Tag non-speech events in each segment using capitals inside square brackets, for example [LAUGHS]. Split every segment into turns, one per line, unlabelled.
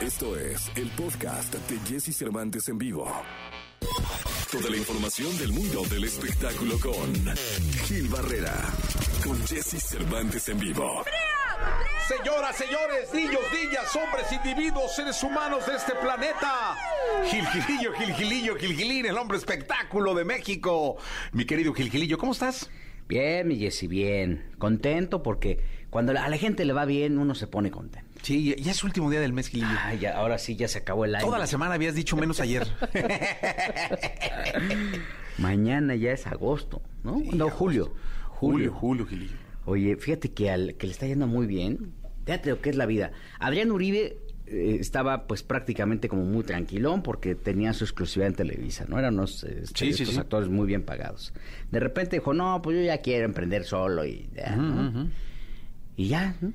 Esto es el podcast de Jesse Cervantes en vivo. Toda la información del mundo del espectáculo con Gil Barrera, con Jesse Cervantes en vivo.
Señoras, señores, niños, niñas, hombres, individuos, seres humanos de este planeta. Gilgilillo, Gilgilillo, Gilgilín, el hombre espectáculo de México. Mi querido Gilgilillo, ¿cómo estás?
Bien, mi Jessy, bien. Contento porque cuando a la gente le va bien, uno se pone contento.
Sí, ya es último día del mes, Gilillo.
Ay, ya, ahora sí, ya se acabó el año.
Toda la semana habías dicho menos [LAUGHS] ayer.
Mañana ya es agosto, ¿no?
Sí,
no,
agosto.
julio.
Julio, Julio, Gilillo.
Oye, fíjate que, al, que le está yendo muy bien. Fíjate lo que es la vida. Adrián Uribe eh, estaba pues prácticamente como muy tranquilón porque tenía su exclusividad en Televisa, ¿no? Eran unos eh, este,
Sí, sí,
estos
sí.
actores muy bien pagados. De repente dijo, no, pues yo ya quiero emprender solo y ya, ¿no? Y ya, ¿no?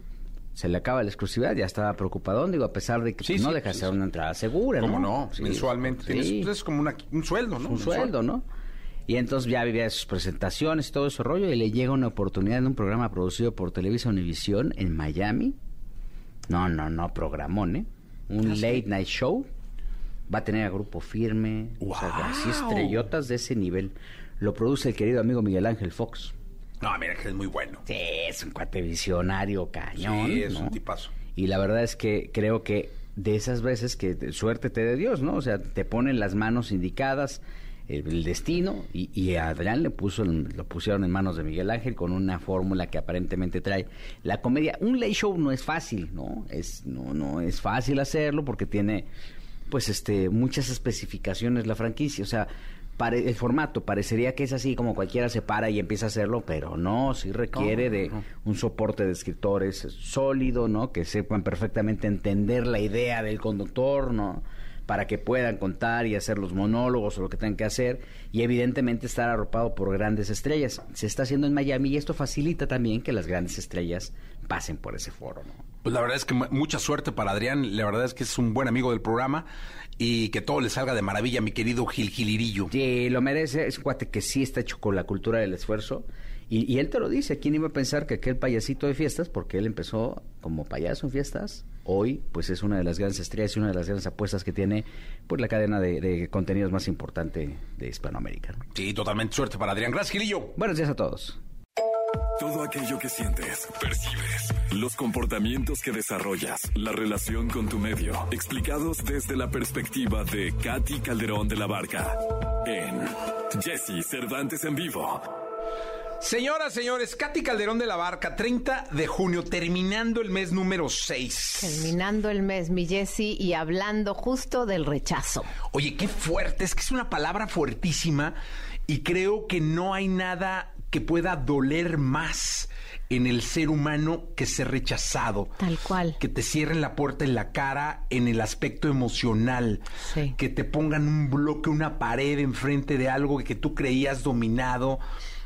Se le acaba la exclusividad, ya estaba preocupadón, digo, a pesar de que
Sí,
pues, no
sí,
deja de
sí,
ser
sí.
una entrada segura,
¿Cómo
¿no?
no?
Sí,
Mensualmente.
sí,
Tienes- pues, es como una- un sueldo, ¿no?
un
Mensual.
sueldo, ¿no? Y entonces ya vivía sus presentaciones y todo ese rollo y le llega una oportunidad en un programa producido por Televisa Univisión en Miami. No, no, no, programón, ¿eh? Un
Ah,
late night show. Va a tener a grupo firme. O sea, así
¡Guau!
estrellotas de ese nivel. Lo produce el querido amigo Miguel Ángel Fox.
No, mira que es muy bueno.
Sí, es un cuate visionario cañón.
Sí, es
¿no?
un tipazo.
Y la verdad es que creo que de esas veces que te- suerte te dé Dios, ¿no? O sea, te ponen las manos indicadas, el, el destino, y, y a Adrián le puso, en- lo pusieron en manos de Miguel Ángel con una fórmula que aparentemente trae la comedia. Un late show no es fácil, ¿no? Es, no, no es fácil hacerlo porque tiene, pues, este, muchas especificaciones la franquicia. O sea, pare- el formato parecería que es así como cualquiera se para y empieza a hacerlo, pero no, sí requiere de un soporte de escritores sólido, ¿no? Que sepan perfectamente entender la idea del conductor, ¿no? Para que puedan contar y hacer los monólogos o lo que tengan que hacer. Y evidentemente estar arropado por grandes estrellas. Se está haciendo en Miami y esto facilita también que las grandes estrellas pasen por ese foro, ¿no?
Pues la verdad es que mu- mucha suerte para Adrián. La verdad es que es un buen amigo del programa y que todo le salga de maravilla, mi querido Gil Gilirillo.
Sí, lo merece. Es un cuate que sí está hecho con la cultura del esfuerzo. Y, y él te lo dice. ¿Quién iba a pensar que aquel payasito de fiestas, porque él empezó como payaso en fiestas, hoy pues es una de las grandes estrellas y una de las grandes apuestas que tiene pues la cadena de, de contenidos más importante de Hispanoamérica. ¿no?
Sí, totalmente suerte para Adrián. Gracias, Gilillo.
Buenos días a todos.
Todo aquello que sientes, percibes, los comportamientos que desarrollas, la relación con tu medio, explicados desde la perspectiva de Katy Calderón de la Barca en Jesse Cervantes en vivo.
Señoras, señores, Katy Calderón de la Barca, 30 de junio, terminando el mes número 6.
Terminando el mes, mi Jessy, y hablando justo del rechazo.
Oye, qué fuerte, es que es una palabra fuertísima y creo que no hay nada que pueda doler más en el ser humano que ser rechazado.
Tal cual.
Que te cierren la puerta en la cara en el aspecto emocional.
Sí.
Que te pongan un bloque, una pared enfrente de algo que tú creías dominado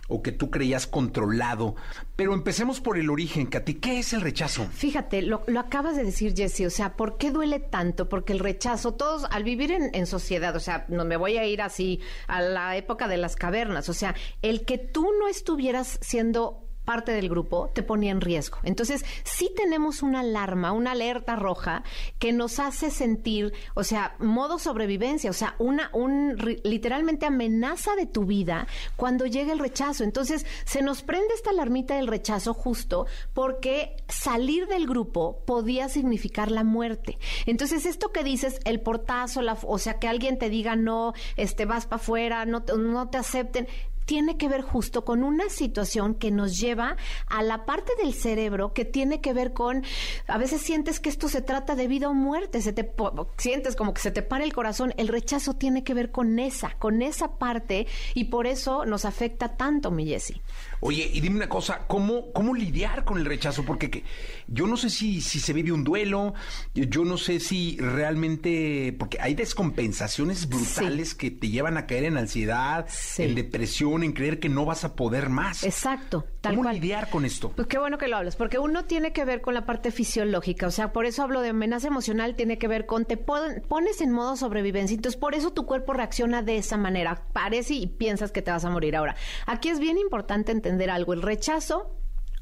o que tú creías controlado. Pero empecemos por el origen, Katy. ¿Qué es el rechazo?
Fíjate, lo, lo acabas de decir, Jessy, o sea, ¿por qué duele tanto? Porque el rechazo, todos al vivir en, en sociedad, o sea, no me voy a ir así a la época de las cavernas, o sea, el que tú no estuvieras siendo parte del grupo te ponía en riesgo. Entonces, sí tenemos una alarma, una alerta roja que nos hace sentir, o sea, modo sobrevivencia, o sea, una un ri- literalmente amenaza de tu vida cuando llega el rechazo. Entonces, se nos prende esta alarmita del rechazo justo porque salir del grupo podía significar la muerte. Entonces, esto que dices, el portazo, la, f- o sea, que alguien te diga no, este vas para afuera, no te- no te acepten, tiene que ver justo con una situación que nos lleva a la parte del cerebro que tiene que ver con, a veces sientes que esto se trata de vida o muerte, se te, po- sientes como que se te para el corazón, el rechazo tiene que ver con esa, con esa parte y por eso nos afecta tanto, mi Jessy.
Oye, y dime una cosa, ¿cómo, cómo lidiar con el rechazo? Porque que- yo no sé si, si se vive un duelo, yo no sé si realmente, porque hay descompensaciones brutales que te llevan a caer en ansiedad,
Sí.
en depresión, en creer que no vas a poder más.
Exacto, tal
¿Cómo
cual.
lidiar con esto?
Pues qué bueno que lo hablas, porque uno tiene que ver con la parte fisiológica, o sea, por eso hablo de amenaza emocional, tiene que ver con te pon- pones en modo sobrevivencia, entonces por eso tu cuerpo reacciona de esa manera, parece y piensas que te vas a morir ahora. Aquí es bien importante entender algo, el rechazo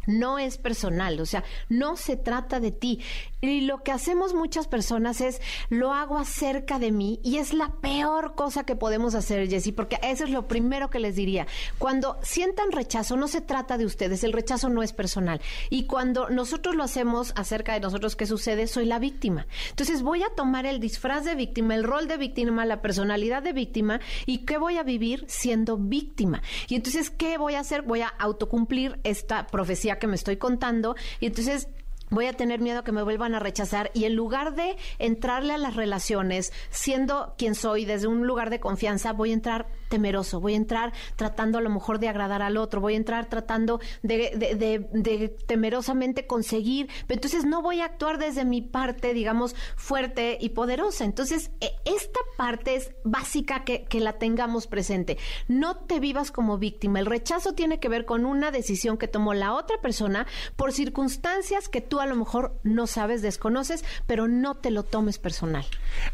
no es personal, o sea, no se trata de ti. Y lo que hacemos muchas personas es, lo hago acerca de mí y es la peor cosa que podemos hacer, Jessy, porque eso es lo primero que les diría. Cuando sientan rechazo, no se trata de ustedes, el rechazo no es personal. Y cuando nosotros lo hacemos acerca de nosotros, ¿qué sucede? Soy la víctima. Entonces voy a tomar el disfraz de víctima, el rol de víctima, la personalidad de víctima y ¿qué voy a vivir siendo víctima? Y entonces, ¿qué voy a hacer? Voy a autocumplir esta profecía que me estoy contando y entonces voy a tener miedo a que me vuelvan a rechazar y en lugar de entrarle a las relaciones siendo quien soy desde un lugar de confianza, voy a entrar temeroso, voy a entrar tratando a lo mejor de agradar al otro, voy a entrar tratando de, de, de, de temerosamente conseguir, pero entonces no voy a actuar desde mi parte, digamos, fuerte y poderosa. Entonces, e, esta parte es básica que, que la tengamos presente. No te vivas como víctima. El rechazo tiene que ver con una decisión que tomó la otra persona por circunstancias que tú tú a lo mejor no sabes, desconoces, pero no te lo tomes personal.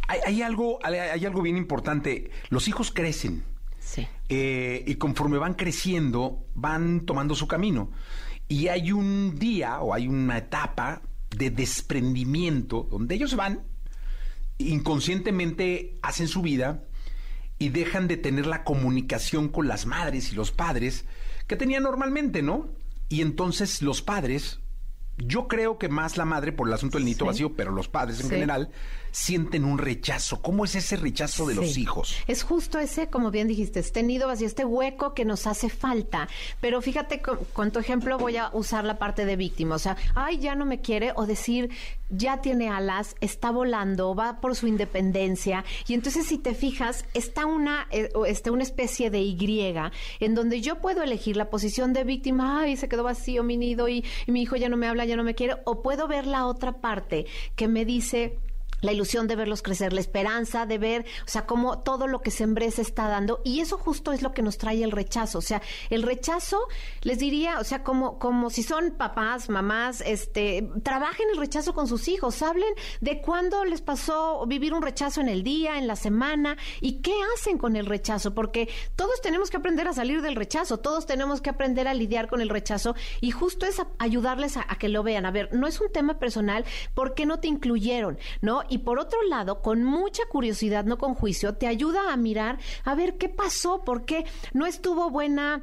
Hay, hay algo, hay, hay, algo bien importante. Los hijos crecen.
Sí.
Eh, y conforme van creciendo, van tomando su camino. Y hay un día o hay una etapa de desprendimiento donde ellos van, inconscientemente hacen su vida y dejan de tener la comunicación con las madres y los padres que tenían normalmente, ¿no? Y entonces los padres yo creo que más la madre por el asunto del nito sí. vacío, pero los padres en sí. general sienten un rechazo. ¿Cómo es ese rechazo de sí. los hijos?
Es justo ese, como bien dijiste, este nido vacío, este hueco que nos hace falta. Pero fíjate, con, con, tu ejemplo voy a usar la parte de víctima. O sea, ay, ya no me quiere, o decir, ya tiene alas, está volando, va por su independencia. Y entonces, si te fijas, está una, eh, está una especie de Y en donde yo puedo elegir la posición de víctima, ay, se quedó vacío mi nido y, y mi hijo ya no me habla, ya no me quiere. O puedo ver la otra parte que me dice, la ilusión de verlos crecer, la esperanza de ver, o sea, cómo todo lo que sembré se está dando. Y eso justo es lo que nos trae el rechazo. O sea, el rechazo, les diría, o sea, como, como si son papás, mamás, este, trabajen el rechazo con sus hijos, hablen de cuándo les pasó vivir un rechazo en el día, en la semana, y qué hacen con el rechazo, porque todos tenemos que aprender a salir del rechazo, todos tenemos que aprender a lidiar con el rechazo, y justo es a ayudarles a, a que lo vean. A ver, no es un tema personal, ¿por qué no te incluyeron? ¿No? y por otro lado, con mucha curiosidad, no con juicio, te ayuda a mirar a ver qué pasó, por qué no estuvo buena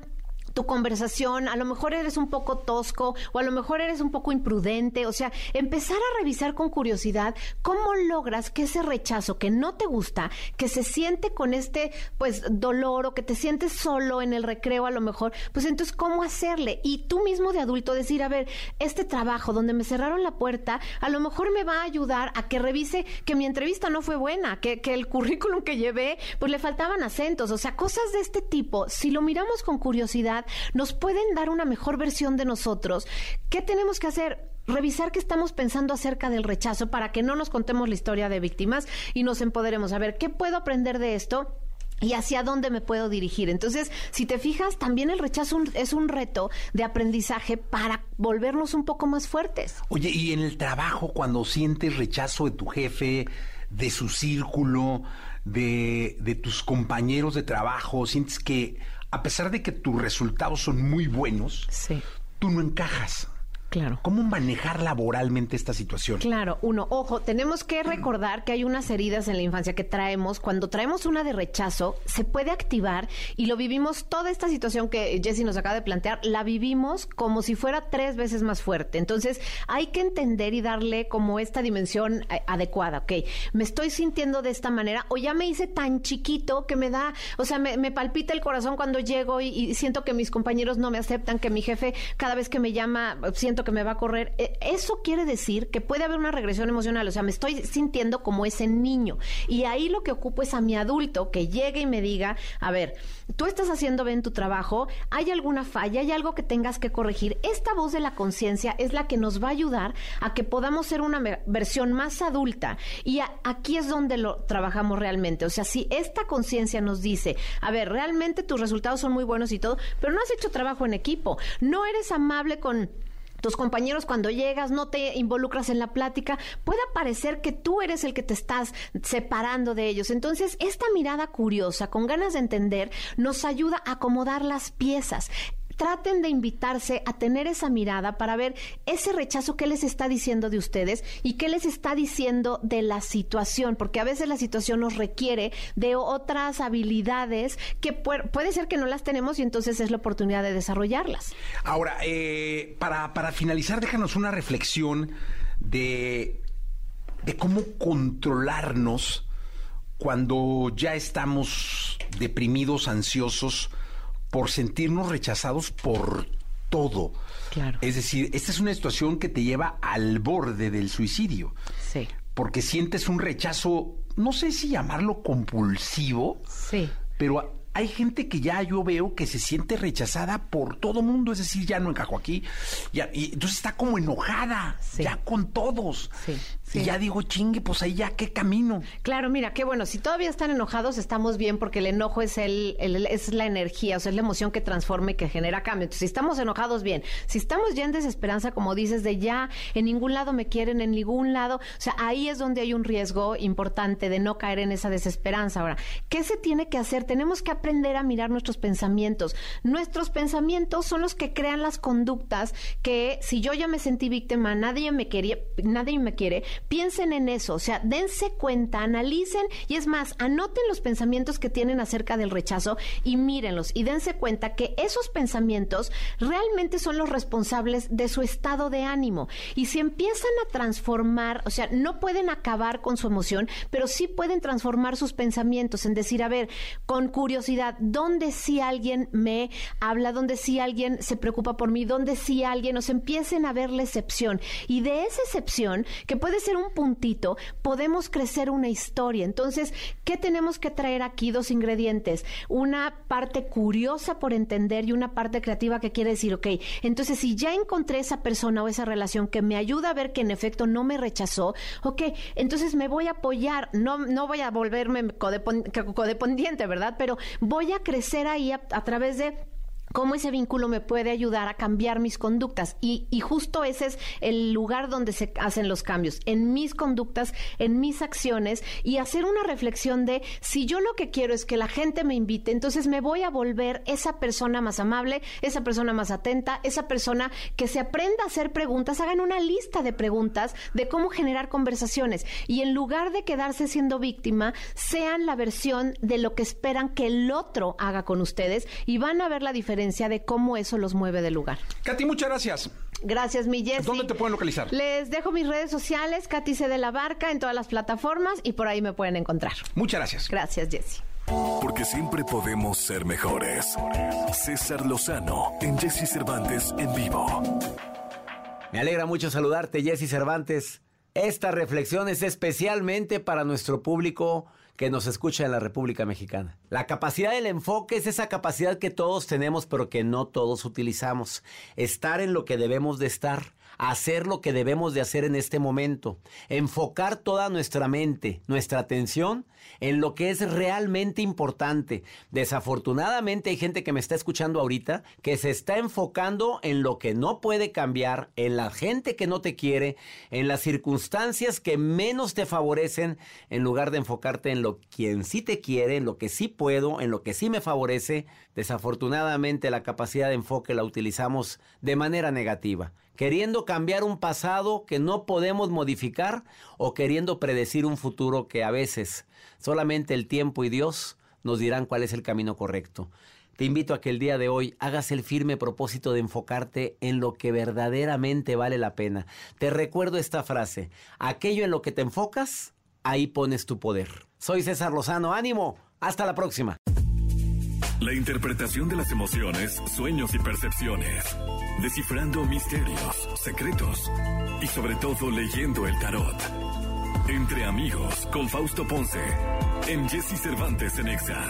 tu conversación, a lo mejor eres un poco tosco o a lo mejor eres un poco imprudente, o sea, empezar a revisar con curiosidad cómo logras que ese rechazo que no te gusta, que se siente con este pues dolor o que te sientes solo en el recreo a lo mejor, pues entonces cómo hacerle y tú mismo de adulto decir, a ver, este trabajo donde me cerraron la puerta, a lo mejor me va a ayudar a que revise que mi entrevista no fue buena, que, que el currículum que llevé, pues le faltaban acentos, o sea, cosas de este tipo, si lo miramos con curiosidad, nos pueden dar una mejor versión de nosotros. ¿Qué tenemos que hacer? Revisar qué estamos pensando acerca del rechazo para que no nos contemos la historia de víctimas y nos empoderemos. A ver, ¿qué puedo aprender de esto? y hacia dónde me puedo dirigir. Entonces, si te fijas, también el rechazo un, es un reto de aprendizaje para volvernos un poco más fuertes.
Oye, y en el trabajo, cuando sientes rechazo de tu jefe, de su círculo, de, de tus compañeros de trabajo, sientes que a pesar de que tus resultados son muy buenos,
sí.
tú no encajas.
Claro.
¿Cómo manejar laboralmente esta situación?
Claro, uno, ojo, tenemos que recordar que hay unas heridas en la infancia que traemos. Cuando traemos una de rechazo, se puede activar y lo vivimos, toda esta situación que Jesse nos acaba de plantear, la vivimos como si fuera tres veces más fuerte. Entonces, hay que entender y darle como esta dimensión eh, adecuada, ¿ok? Me estoy sintiendo de esta manera o ya me hice tan chiquito que me da, o sea, me, me palpita el corazón cuando llego y, y siento que mis compañeros no me aceptan, que mi jefe cada vez que me llama siento que me va a correr. Eh, Eso quiere decir que puede haber una regresión emocional, o sea, me estoy sintiendo como ese niño. Y ahí lo que ocupo es a mi adulto que llegue y me diga, a ver, tú estás haciendo bien tu trabajo, hay alguna falla, hay algo que tengas que corregir. Esta voz de la conciencia es la que nos va a ayudar a que podamos ser una versión más adulta. Y a, aquí es donde lo trabajamos realmente. O sea, si esta conciencia nos dice, a ver, realmente tus resultados son muy buenos y todo, pero no has hecho trabajo en equipo, no eres amable con tus compañeros cuando llegas, no te involucras en la plática, puede parecer que tú eres el que te estás separando de ellos. Entonces, esta mirada curiosa, con ganas de entender, nos ayuda a acomodar las piezas traten de invitarse a tener esa mirada para ver ese rechazo que les está diciendo de ustedes y qué les está diciendo de la situación, porque a veces la situación nos requiere de otras habilidades que puer- puede ser que no las tenemos y entonces es la oportunidad de desarrollarlas.
Ahora, eh, para, para finalizar, déjanos una reflexión de, de cómo controlarnos cuando ya estamos deprimidos, ansiosos, por sentirnos rechazados por todo.
Claro.
Es decir, esta es una situación que te lleva al borde del suicidio,
Sí,
porque sientes un rechazo, no sé si llamarlo compulsivo,
sí.
pero a- hay gente que ya yo veo que se siente rechazada por todo mundo, es decir, ya no encajo aquí, ya- y entonces está como enojada,
Sí.
ya con todos.
Sí, sí.
Y ya digo, chingue, pues ahí ya qué camino.
Claro, mira, qué bueno. Si todavía están enojados, estamos bien porque el enojo es el, el- es la energía, o sea, es la emoción que transforma y que genera cambio. Entonces, si estamos enojados, bien. Si estamos ya en desesperanza, como dices, de ya en ningún lado me quieren, en ningún lado, o sea, ahí es donde hay un riesgo importante de no caer en esa desesperanza. Ahora, ¿qué se tiene que hacer? Tenemos que aprender a mirar nuestros pensamientos. Nuestros pensamientos son los que crean las conductas que si yo ya me sentí víctima, nadie me quería, nadie me quiere, piensen en eso, o sea, dense cuenta, analicen y es más, anoten los pensamientos que tienen acerca del rechazo y mírenlos y dense cuenta que esos pensamientos realmente son los responsables de su estado de ánimo y si empiezan a transformar, o sea, no pueden acabar con su emoción, pero sí pueden transformar sus pensamientos en decir, a ver, con curiosidad, ¿dónde sí alguien me habla? ¿Dónde sí alguien se preocupa por mí? ¿Dónde sí alguien? O sea, empiecen a ver la excepción. Y de esa excepción, que puede ser un puntito, podemos crecer una historia. Entonces, ¿qué tenemos que traer aquí? Dos ingredientes. Una parte curiosa por entender y una parte creativa que quiere decir, ok, entonces si ya encontré esa persona o esa relación que me ayuda a ver que en efecto no me rechazó, ok, entonces me voy a apoyar, no, no voy a volverme codepon- codependiente, ¿verdad? Pero voy a crecer ahí a- a través de cómo ese vínculo me puede ayudar a cambiar mis conductas. Y, y justo ese es el lugar donde se hacen los cambios, en mis conductas, en mis acciones, y hacer una reflexión de si yo lo que quiero es que la gente me invite, entonces me voy a volver esa persona más amable, esa persona más atenta, esa persona que se aprenda a hacer preguntas, hagan una lista de preguntas de cómo generar conversaciones. Y en lugar de quedarse siendo víctima, sean la versión de lo que esperan que el otro haga con ustedes y van a ver la diferencia de cómo eso los mueve del lugar.
Katy, muchas gracias.
Gracias, mi Jessy.
¿Dónde te pueden localizar?
Les dejo mis redes sociales, Katy C. de la Barca, en todas las plataformas y por ahí me pueden encontrar.
Muchas gracias.
Gracias, Jessy.
Porque siempre podemos ser mejores. César Lozano en Jesse Cervantes en vivo.
Me alegra mucho saludarte, Jesse Cervantes. Esta reflexión es especialmente para nuestro público que nos escucha en la República Mexicana. La capacidad del enfoque es esa capacidad que todos tenemos pero que no todos utilizamos. Estar en lo que debemos de estar, hacer lo que debemos de hacer en este momento, enfocar toda nuestra mente, nuestra atención en lo que es realmente importante. Desafortunadamente hay gente que me está escuchando ahorita que se está enfocando en lo que no puede cambiar, en la gente que no te quiere, en las circunstancias que menos te favorecen, en lugar de enfocarte en lo quien sí te quiere, en lo que sí puedo, en lo que sí me favorece. Desafortunadamente la capacidad de enfoque la utilizamos de manera negativa queriendo cambiar un pasado que no podemos modificar o queriendo predecir un futuro que a veces solamente el tiempo y Dios nos dirán cuál es el camino correcto. Te invito a que el día de hoy hagas el firme propósito de enfocarte en lo que verdaderamente vale la pena. Te recuerdo esta frase, aquello en lo que te enfocas, ahí pones tu poder. Soy César Lozano, ánimo, hasta la próxima.
La interpretación de las emociones, sueños y percepciones. Descifrando misterios, secretos y sobre todo leyendo el tarot. Entre amigos con Fausto Ponce en Jesse Cervantes en Exa.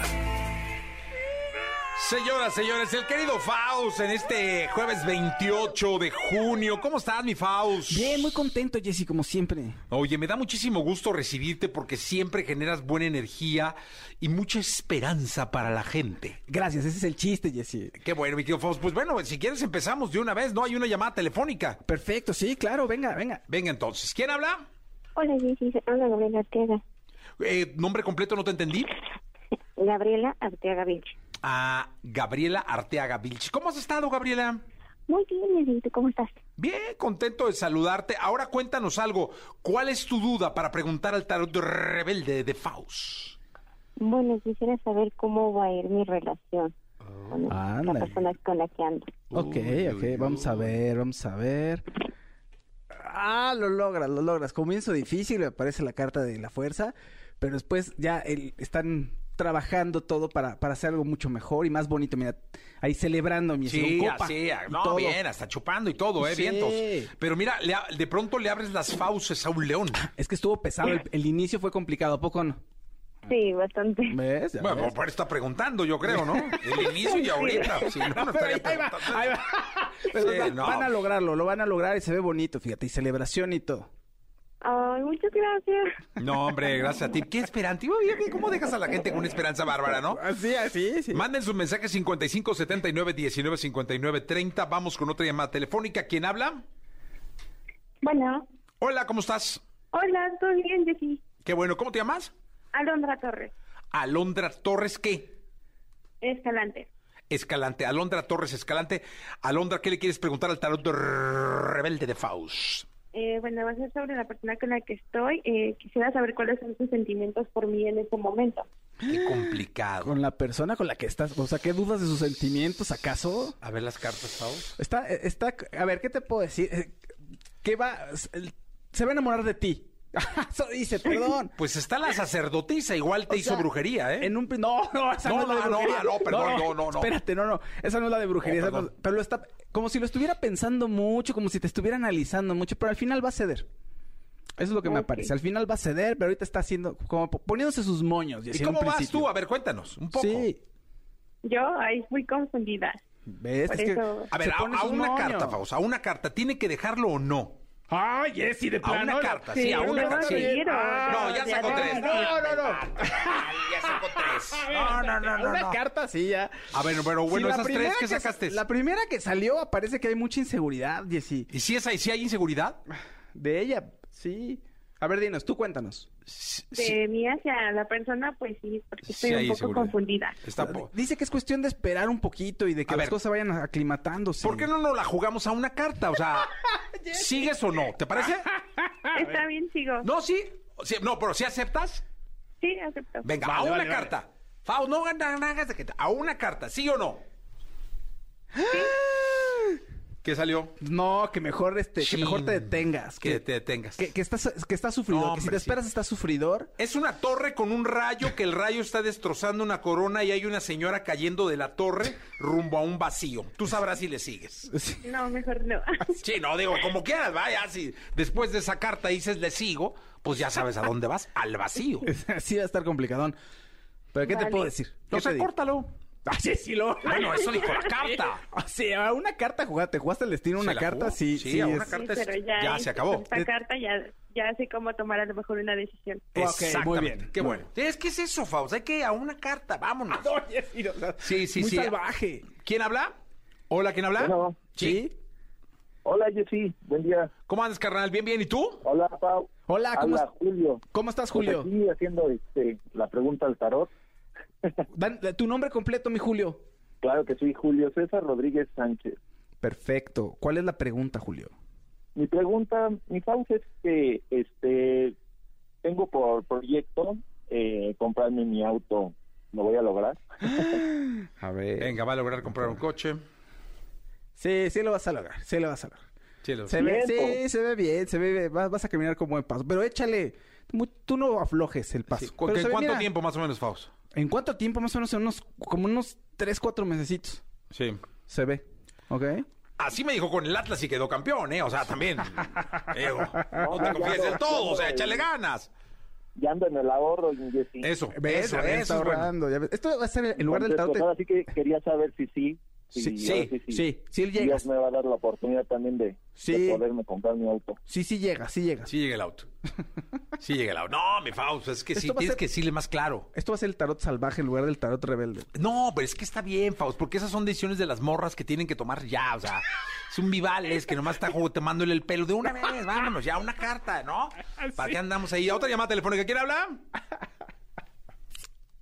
Señoras, señores, el querido Faust en este jueves 28 de junio. ¿Cómo estás, mi Faust?
Bien, muy contento, Jesse, como siempre.
Oye, me da muchísimo gusto recibirte porque siempre generas buena energía y mucha esperanza para la gente.
Gracias, ese es el chiste, Jesse.
Qué bueno, mi querido Faust. Pues bueno, si quieres empezamos de una vez, ¿no? Hay una llamada telefónica.
Perfecto, sí, claro, venga, venga.
Venga entonces, ¿quién habla?
Hola, Jessy. Habla Gabriela Arteaga. [LAUGHS]
Eh, nombre completo no te entendí.
Gabriela Arteaga Vilch.
a Gabriela Arteaga Vilch. ¿Cómo has estado, Gabriela?
Muy bien, Jessy, ¿tú cómo estás?
Bien, contento de saludarte. Ahora cuéntanos algo. ¿Cuál es tu duda para preguntar al tarot rebelde de Faust?
Bueno, quisiera saber cómo va a ir mi relación con la
Ándale.
persona con la que ando.
Ok, ok, vamos a ver, vamos a ver. Ah, lo logras, lo logras. Comienzo difícil, me aparece la carta de la fuerza, pero después ya el- están trabajando todo para, para hacer algo mucho mejor y más bonito. Mira, ahí celebrando mi
Sí,
copa
así, ah,
y
no,
todo.
bien, hasta chupando y todo, ¿eh?
Sí.
Vientos. Pero mira, le a- de pronto le abres las fauces a un
[LAUGHS]
león.
Es que estuvo pesado, el, el inicio fue complicado, ¿a poco no?
Sí, bastante.
¿Ves? Ya
Bueno,
ves.
por está preguntando, yo creo,
[LAUGHS]
¿no? El inicio y ahorita. Si no, no
Pero
estaría
ahí va,
preguntando.
ahí va. [LAUGHS] Pero
Sí,
va-
no.
van a lograrlo, lo van a lograr y se ve bonito, fíjate, y celebración y todo.
Ay, muchas gracias.
No, hombre, gracias a ti. Qué esperante. Oye, ¿Cómo dejas a la gente con una esperanza bárbara, no?
Así, así, sí.
Manden su mensaje 55 79 19 59 30. Vamos con otra llamada telefónica. ¿Quién habla?
Bueno,
Hola, ¿cómo estás?
hola, ¿todo bien, Jessy?
Qué bueno, ¿cómo te llamas?
Alondra Torres,
Alondra Torres, ¿qué?
Escalante.
Escalante, Alondra Torres Escalante. Alondra, ¿qué le quieres preguntar al tarot de rebelde de Faust?
Eh, bueno, va a ser sobre la persona con la que estoy. Eh, quisiera saber cuáles son sus sentimientos por mí en este momento.
Qué complicado.
Con la persona con la que estás, o sea, ¿qué dudas de sus sentimientos acaso?
A ver las cartas, Faust.
Está, está, a ver, ¿qué te puedo decir? Eh, ¿Qué va? Se va a enamorar de ti. [LAUGHS] Eso dice, perdón.
Pues está la sacerdotisa, igual te
O
hizo
sea,
brujería, ¿eh?
En un, pri- no, no, esa no,
No,
es la de
no, no,
brujería.
ah, no, perdón, no, no, no.
Espérate, no, no. Esa no es la de brujería.
No,
esa
perdón.
no- pero lo está, como si lo estuviera pensando mucho, como si te estuviera analizando mucho, pero al final va a ceder. Eso es lo que me
Ok.
parece. Al final va a ceder, pero ahorita está haciendo, como po- poniéndose sus moños.
¿Y
así en
cómo
un
vas
principio.
tú? A ver, cuéntanos un poco.
Sí.
Yo, ahí muy confundida.
¿Ves?
Por
Es que
eso-
A ver,
se
a,
pone
a
sus
una
moños.
carta, Faust, a una carta. ¿Tiene que dejarlo o no?
Ay, Jessy, de
A una
plano, la-
carta, sí, a una
¿no
carta.
vas a
sí.
seguir o
No, ya sacó
no?
tres.
No, no, no. [LAUGHS]
Ay, ya sacó tres. No, no, no, no.
Una
no.
carta, sí, ya.
A ver, pero
Sí,
bueno,
la
esas tres
primera
que
sa-
sacaste.
La primera que salió aparece que hay mucha inseguridad, Jessy.
¿Y si es ahí, si hay inseguridad?
De ella, sí. A ver, dinos, tú cuéntanos.
Sí, sí.
De mí hacia la persona, pues sí, porque estoy
Sí
un
hay
poco
inseguridad.
confundida.
Está po-
Dice que es cuestión de esperar un poquito y de que
A
las
ver.
cosas vayan aclimatándose.
¿Por qué no nos la jugamos a una carta? O sea, ¿sigues o no? ¿Te parece?
Está bien, sigo.
Ah, No, sí. Sí, No, pero si aceptas,
Sí, acepto.
venga, a una carta. Fau, no gana- no hagas de que A una carta, ¿sí o no? [GASPS] ¿Qué salió?
No, que mejor este, que
Chin.
mejor te detengas.
Que te detengas.
Que, que estás, que estás sufridor.
No,
que si
hombre,
te
sí.
esperas estás sufridor. [LAUGHS]
Es una torre con un rayo que el rayo está destrozando una corona y hay una señora cayendo de la torre rumbo a un vacío. Tú sabrás si le sigues.
Sí.
No, mejor no.
Ah, Sí, no, digo, como quieras, vaya, si después de esa carta dices le sigo, pues ya sabes a dónde vas,
[LAUGHS]
al vacío.
Sí va a estar complicadón. Pero ¿qué te
Vale.
puedo decir?
No
¿Qué te
sé,
digo?
córtalo.
Ah, sí, sí, lo...
Bueno, eso
[LAUGHS]
dijo la carta.
O sea, una carta jugaste, te jugaste el destino una
¿Se la
carta,
jugó?
sí,
Sí,
sí,
a una
es-
carta
Sí,
es-
pero ya,
ya
es-
se acabó.
Esta
Eh,
carta ya, ya sé cómo tomar a lo mejor una decisión.
Ok, muy
Exactamente.
bien.
Qué bueno. Es que es eso, Faust, hay que ir a una carta, vámonos.
[LAUGHS] Oye, sí, o sea,
Sí, sí,
muy
sí.
salvaje.
¿Quién habla? Hola, ¿quién habla?
Bueno.
Sí.
Hola Jessy, buen día.
¿Cómo andas, carnal? ¿Bien, bien? ¿Y tú?
Hola Pau.
Hola, ¿cómo,
Hola
es-
Julio.
cómo estás,
Pues
Julio?
aquí haciendo este, la pregunta al tarot.
Dan- eh, tu nombre completo, mi Julio.
Claro que sí, Julio César Rodríguez Sánchez.
Perfecto. ¿Cuál es la pregunta, Julio?
Mi pregunta, mi pausa es que este, tengo por proyecto eh, comprarme mi auto. ¿Lo voy a lograr?
A ver.
Venga, va a lograr comprar un coche.
Sí, sí lo vas a lograr, sí lo vas a lograr.
Sí, lo-
Se ve,
Cierto.
sí, se ve bien, se ve bien. Vas, vas a caminar con buen paso. Pero échale, mu- tú no aflojes el paso.
Sí. ¿Cu-
Pero
¿En
se ve,
cuánto
mira,
tiempo más o menos, Faust?
¿En cuánto tiempo? Más o menos en unos, como unos 3, 4 mesecitos.
Sí.
Se ve, ¿ok?
Así me dijo con el Atlas y quedó campeón, ¿eh? O sea, también. Digo, no te
ya
confíes
lo-
del todo,
ya
o sea,
lo-
échale ganas.
Ya ando en el ahorro, Jessy.
Eso,
¿Ves?
eso,
Ya ves, está
eso es bueno.
ahorrando, ya ves. Esto va a ser el- en lugar del tarot.
Entonces, pues,
de-
ahora sí que quería saber si sí. si-
Sí,
ahora
sí,
si
sí, sí llegas.
Dios me va a dar la oportunidad también de,
Sí.
de poderme comprar mi auto.
Sí, sí llega, sí llega.
Sí llega el auto. Sí llega el auto. No, mi Faust, pues es que sí,
Esto va a
tienes
ser-
que decirle más claro.
Esto va a ser el tarot salvaje en lugar del tarot rebelde.
No, pero es que está bien, Faust, porque esas son decisiones de las morras que tienen que tomar ya, o sea, es un vivales que nomás está tomándole el pelo de una vez, vámonos, ya una carta, ¿no? ¿Para qué andamos ahí? Otra llamada telefónica, ¿quién habla?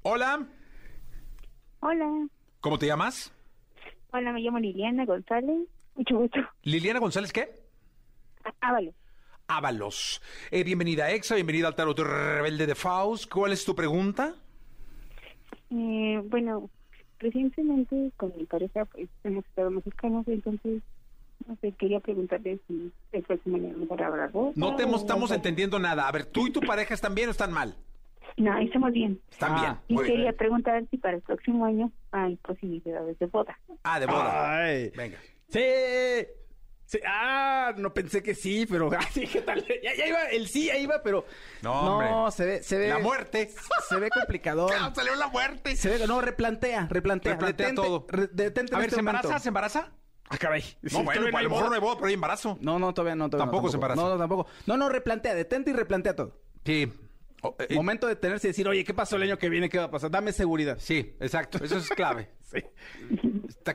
Hola,
Hola,
¿Cómo te llamas?
Hola, me llamo Liliana González. Mucho ah, gusto.
Liliana González, ¿qué?
Ábalos.
Ábalos. Eh, bienvenida a Exa, bienvenida al Tarot Rebelde de Faust. ¿Cuál es tu pregunta?
Eh, bueno, recientemente con mi pareja pues, hemos estado mexicanos, entonces, no sé, quería preguntarle si el próximo año me dará algo.
No te hemos- estamos entendiendo nada. A ver, ¿tú y tu pareja están bien o están mal?
No, estamos bien.
Están
Ah.
Y
bien. Muy
quería
bien.
preguntar si para el próximo año hay posibilidades de boda.
Ah, de boda.
Ay.
Venga.
Sí. Sí. Ah, no pensé que sí, pero [LAUGHS] ah, sí, ¿qué tal? Ya, ya iba, el sí ya iba, pero
No, hombre.
se ve, se ve,
La [LAUGHS] muerte.
se ve [LAUGHS] complicadón.
Eh. ¡Salió la muerte!
Se ve, no, replantea, replantea,
Replantea
detente,
todo.
re- detente en
A ver,
este
¿se
momento.
embaraza? ¿Se embaraza?
Ah, caray.
No, bueno, a lo mejor no hay boda, pero hay embarazo.
No, no, todavía no. Todavía no,
Tampoco se embaraza.
No, no, tampoco. No, no, replantea, detente y replantea todo.
Sí. O- eh,
Oh, Momento de detenerse y decir, oye, ¿qué pasó el año que viene? ¿Qué va a pasar? Dame seguridad.
Sí, exacto. Eso es clave.
[LAUGHS] Sí.
¿Está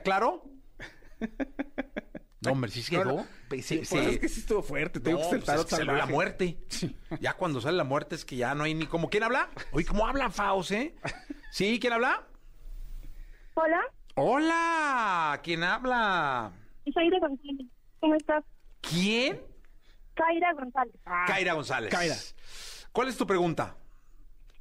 [LAUGHS]
claro? No, hombre, sí se
No,
quedó.
no.
Sí,
Sí,
sí.
pues, es que sí estuvo fuerte. Te digo
No,
que es el
pues es
tarot
que salió la
salvaje.
muerte. Ya cuando sale la muerte es que ya no hay ni como. ¿Quién habla? Oye, ¿cómo habla Faust, eh? ¿Sí? ¿Quién habla?
Hola,
¡Hola! ¿Quién habla?
Zaira González. ¿Cómo estás?
¿Quién?
Zaira González.
Kaira González.
Ah, Kaira.
¿Cuál es tu pregunta?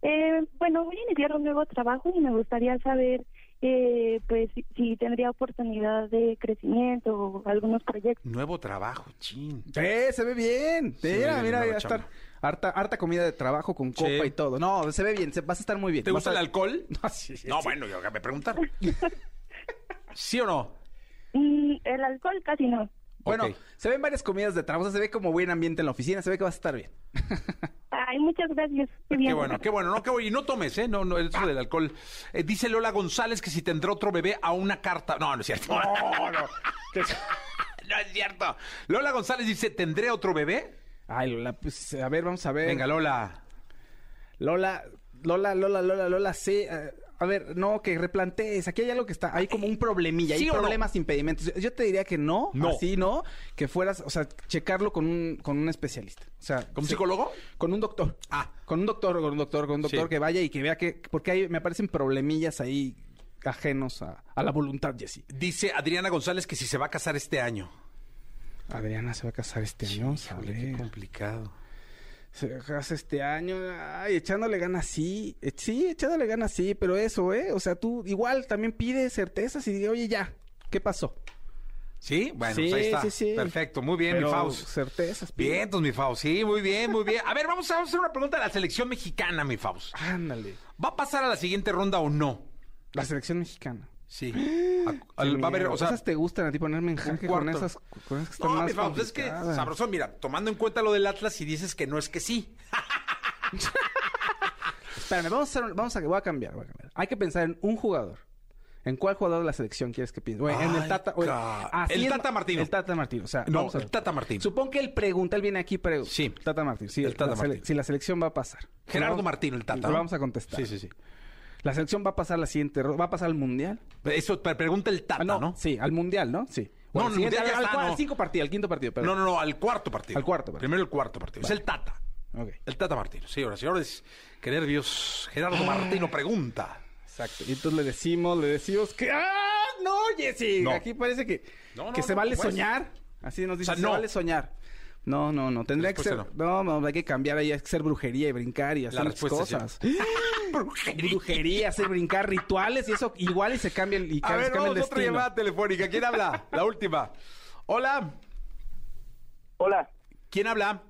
Eh, bueno, voy a iniciar un nuevo trabajo y me gustaría saber eh, pues si, si tendría oportunidad de crecimiento o algunos proyectos.
Nuevo trabajo, chin.
Eh, se ve bien.
Se ve
mira,
bien,
mira,
nueva
va a
chamba.
estar harta, harta comida de trabajo con copa
Sí.
y todo. No, se ve bien, se, vas a estar muy bien.
¿Te
Vas [LAUGHS]
gusta
a-
el alcohol?
No, sí, sí.
No, bueno, yo acabé de preguntar.
[LAUGHS]
¿Sí o no?
Mm, el alcohol casi no.
Bueno,
Ok.
se ven varias comidas de trabajo, o sea, se ve como buen ambiente en la oficina, se ve que vas a estar bien.
Ay, muchas gracias. Qué, bien.
Qué bueno, qué bueno, no, qué bueno. Y no tomes, ¿eh? No, no, eso del alcohol. Eh, dice Lola González que si tendrá otro bebé a una carta. No, no es cierto. No, [LAUGHS] no. no es cierto. Lola González dice, ¿tendré otro bebé?
Ay, Lola, pues a ver, vamos a ver.
Venga, Lola.
Lola, Lola, Lola, Lola, Lola, sí. eh, a ver, no, que replantees. Aquí hay algo que está. Hay como un problemilla.
¿sí
hay
o no?
problemas, impedimentos. Yo- Yo te diría que no.
No.
Así no. Que fueras, o sea, checarlo con un, con un especialista. O sea,
¿Como
sí,
psicólogo?
Con un doctor.
Ah.
Con un doctor, con un doctor, con un doctor
Sí.
que vaya y que vea que. Porque hay, me aparecen problemillas ahí ajenos a, a la voluntad, Jessy.
Dice Adriana González que si se va a casar este año.
Adriana se va a casar este año. vamos a
Híjole,
ver.
qué complicado.
Se casa este año, ay, echándole ganas sí, eh, sí, echándole ganas sí, pero eso, ¿eh? O sea, tú igual también pides certezas y dices, oye, ya, ¿qué pasó?
¿Sí? Bueno,
Sí,
pues ahí está.
sí, sí.
Perfecto, muy bien,
Pero
mi Faust.
certezas. pide.
Bien, pues mi Faust, sí, muy bien, muy bien. A ver, vamos a hacer una pregunta a la selección mexicana, mi Faust.
Ándale,
¿Va a pasar a la siguiente ronda o no?
la selección mexicana. [GASPS]
Sí. A- al-
Qué
va a haber,
miedo.
o sea,
esas te gustan a ti ponerme en jaque con
cuarto.
esas, con esas que están
No,
más
mi Faust, es que
complicadas.
sabroso, mira, tomando en cuenta lo del Atlas y dices que no es que sí.
Pues Espérame, vamos a hacer, un- vamos a, voy a cambiar, voy a cambiar. Hay que pensar en un jugador. ¿En cuál jugador de la selección quieres que piense? O en
Ay,
el Tata... o en-
ca-
así
el
es-
Tata Martino.
El Tata Martino, o sea...
No,
vamos a
el
ver.
Tata Martino.
Supón que él pregunta, él viene aquí pero
Sí.
Tata Martino. Sí,
El Tata
la sele-
Martino.
Si la selección va a pasar.
Gerardo
Vamos-
Martino, el Tata,
Lo
¿no?
vamos a contestar.
Sí, sí, sí.
La selección va a pasar la siguiente... ro- ¿Va a pasar al Mundial?
Eso pre- pregunta el Tata,
Ah,
¿no?
Sí, al Mundial, ¿no? Sí. O
No,
al
no,
siguiente-
Mundial ya
al,
está,
cua-
no.
al cinco partido, al quinto partido, perdón.
No, no, no, al cuarto partido.
Al cuarto partido.
Primero el cuarto partido. Es el Tata.
Ok,
El Tata Martino. Señoras, señores, qué nervios.
[GASPS]
Gerardo Martino pregunta.
exacto. Y entonces le decimos, le decimos que... ¡Ah! ¡No, Jessy!
No.
Aquí parece que...
No, no,
que se
no,
vale
pues.
soñar. Así nos dice,
sea,
se
no.
vale soñar. No, no, no. Tendría que ser...
respuesta
No. no, hay que cambiar ahí. Hay que ser brujería y brincar y hacer muchas
respuesta
cosas.
es [LAUGHS]
brujería, hacer brincar rituales y eso igual y se cambia el, y
A
ca-
ver,
se cambia el
vamos a otra
destino.
llamada telefónica. ¿Quién habla? La última. Hola.
Hola,
¿Quién habla?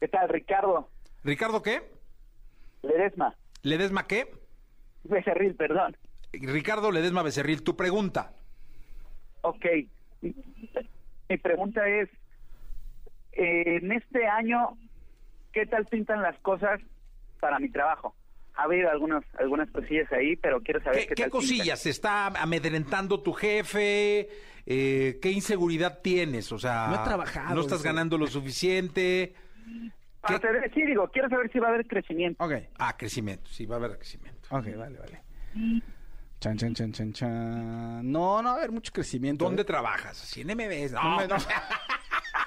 ¿qué tal? Ricardo
¿Ricardo qué?
Ledesma,
¿Ledesma qué?
[LAUGHS] Becerril, perdón.
Ricardo Ledesma Becerril, tu pregunta.
Ok. Mi pregunta es, eh, en este año, ¿qué tal pintan las cosas para mi trabajo? Ha habido algunas algunas cosillas ahí, pero quiero saber
¿Qué,
qué,
qué
tal
cosillas? ¿Se está amedrentando tu jefe? Eh, ¿Qué inseguridad tienes? O sea,
No he trabajado,
no estás
dice.
ganando lo suficiente.
pintan. Aparte de- Sí, digo, quiero saber si va a haber crecimiento.
Ok,
Ah, crecimiento. Sí, va a haber crecimiento.
ok, vale, vale. Chan, chan, chan, chan, chan. No, no va a haber mucho crecimiento.
¿Dónde
¿eh?
trabajas? ¿Así en MBS? No,
No, no.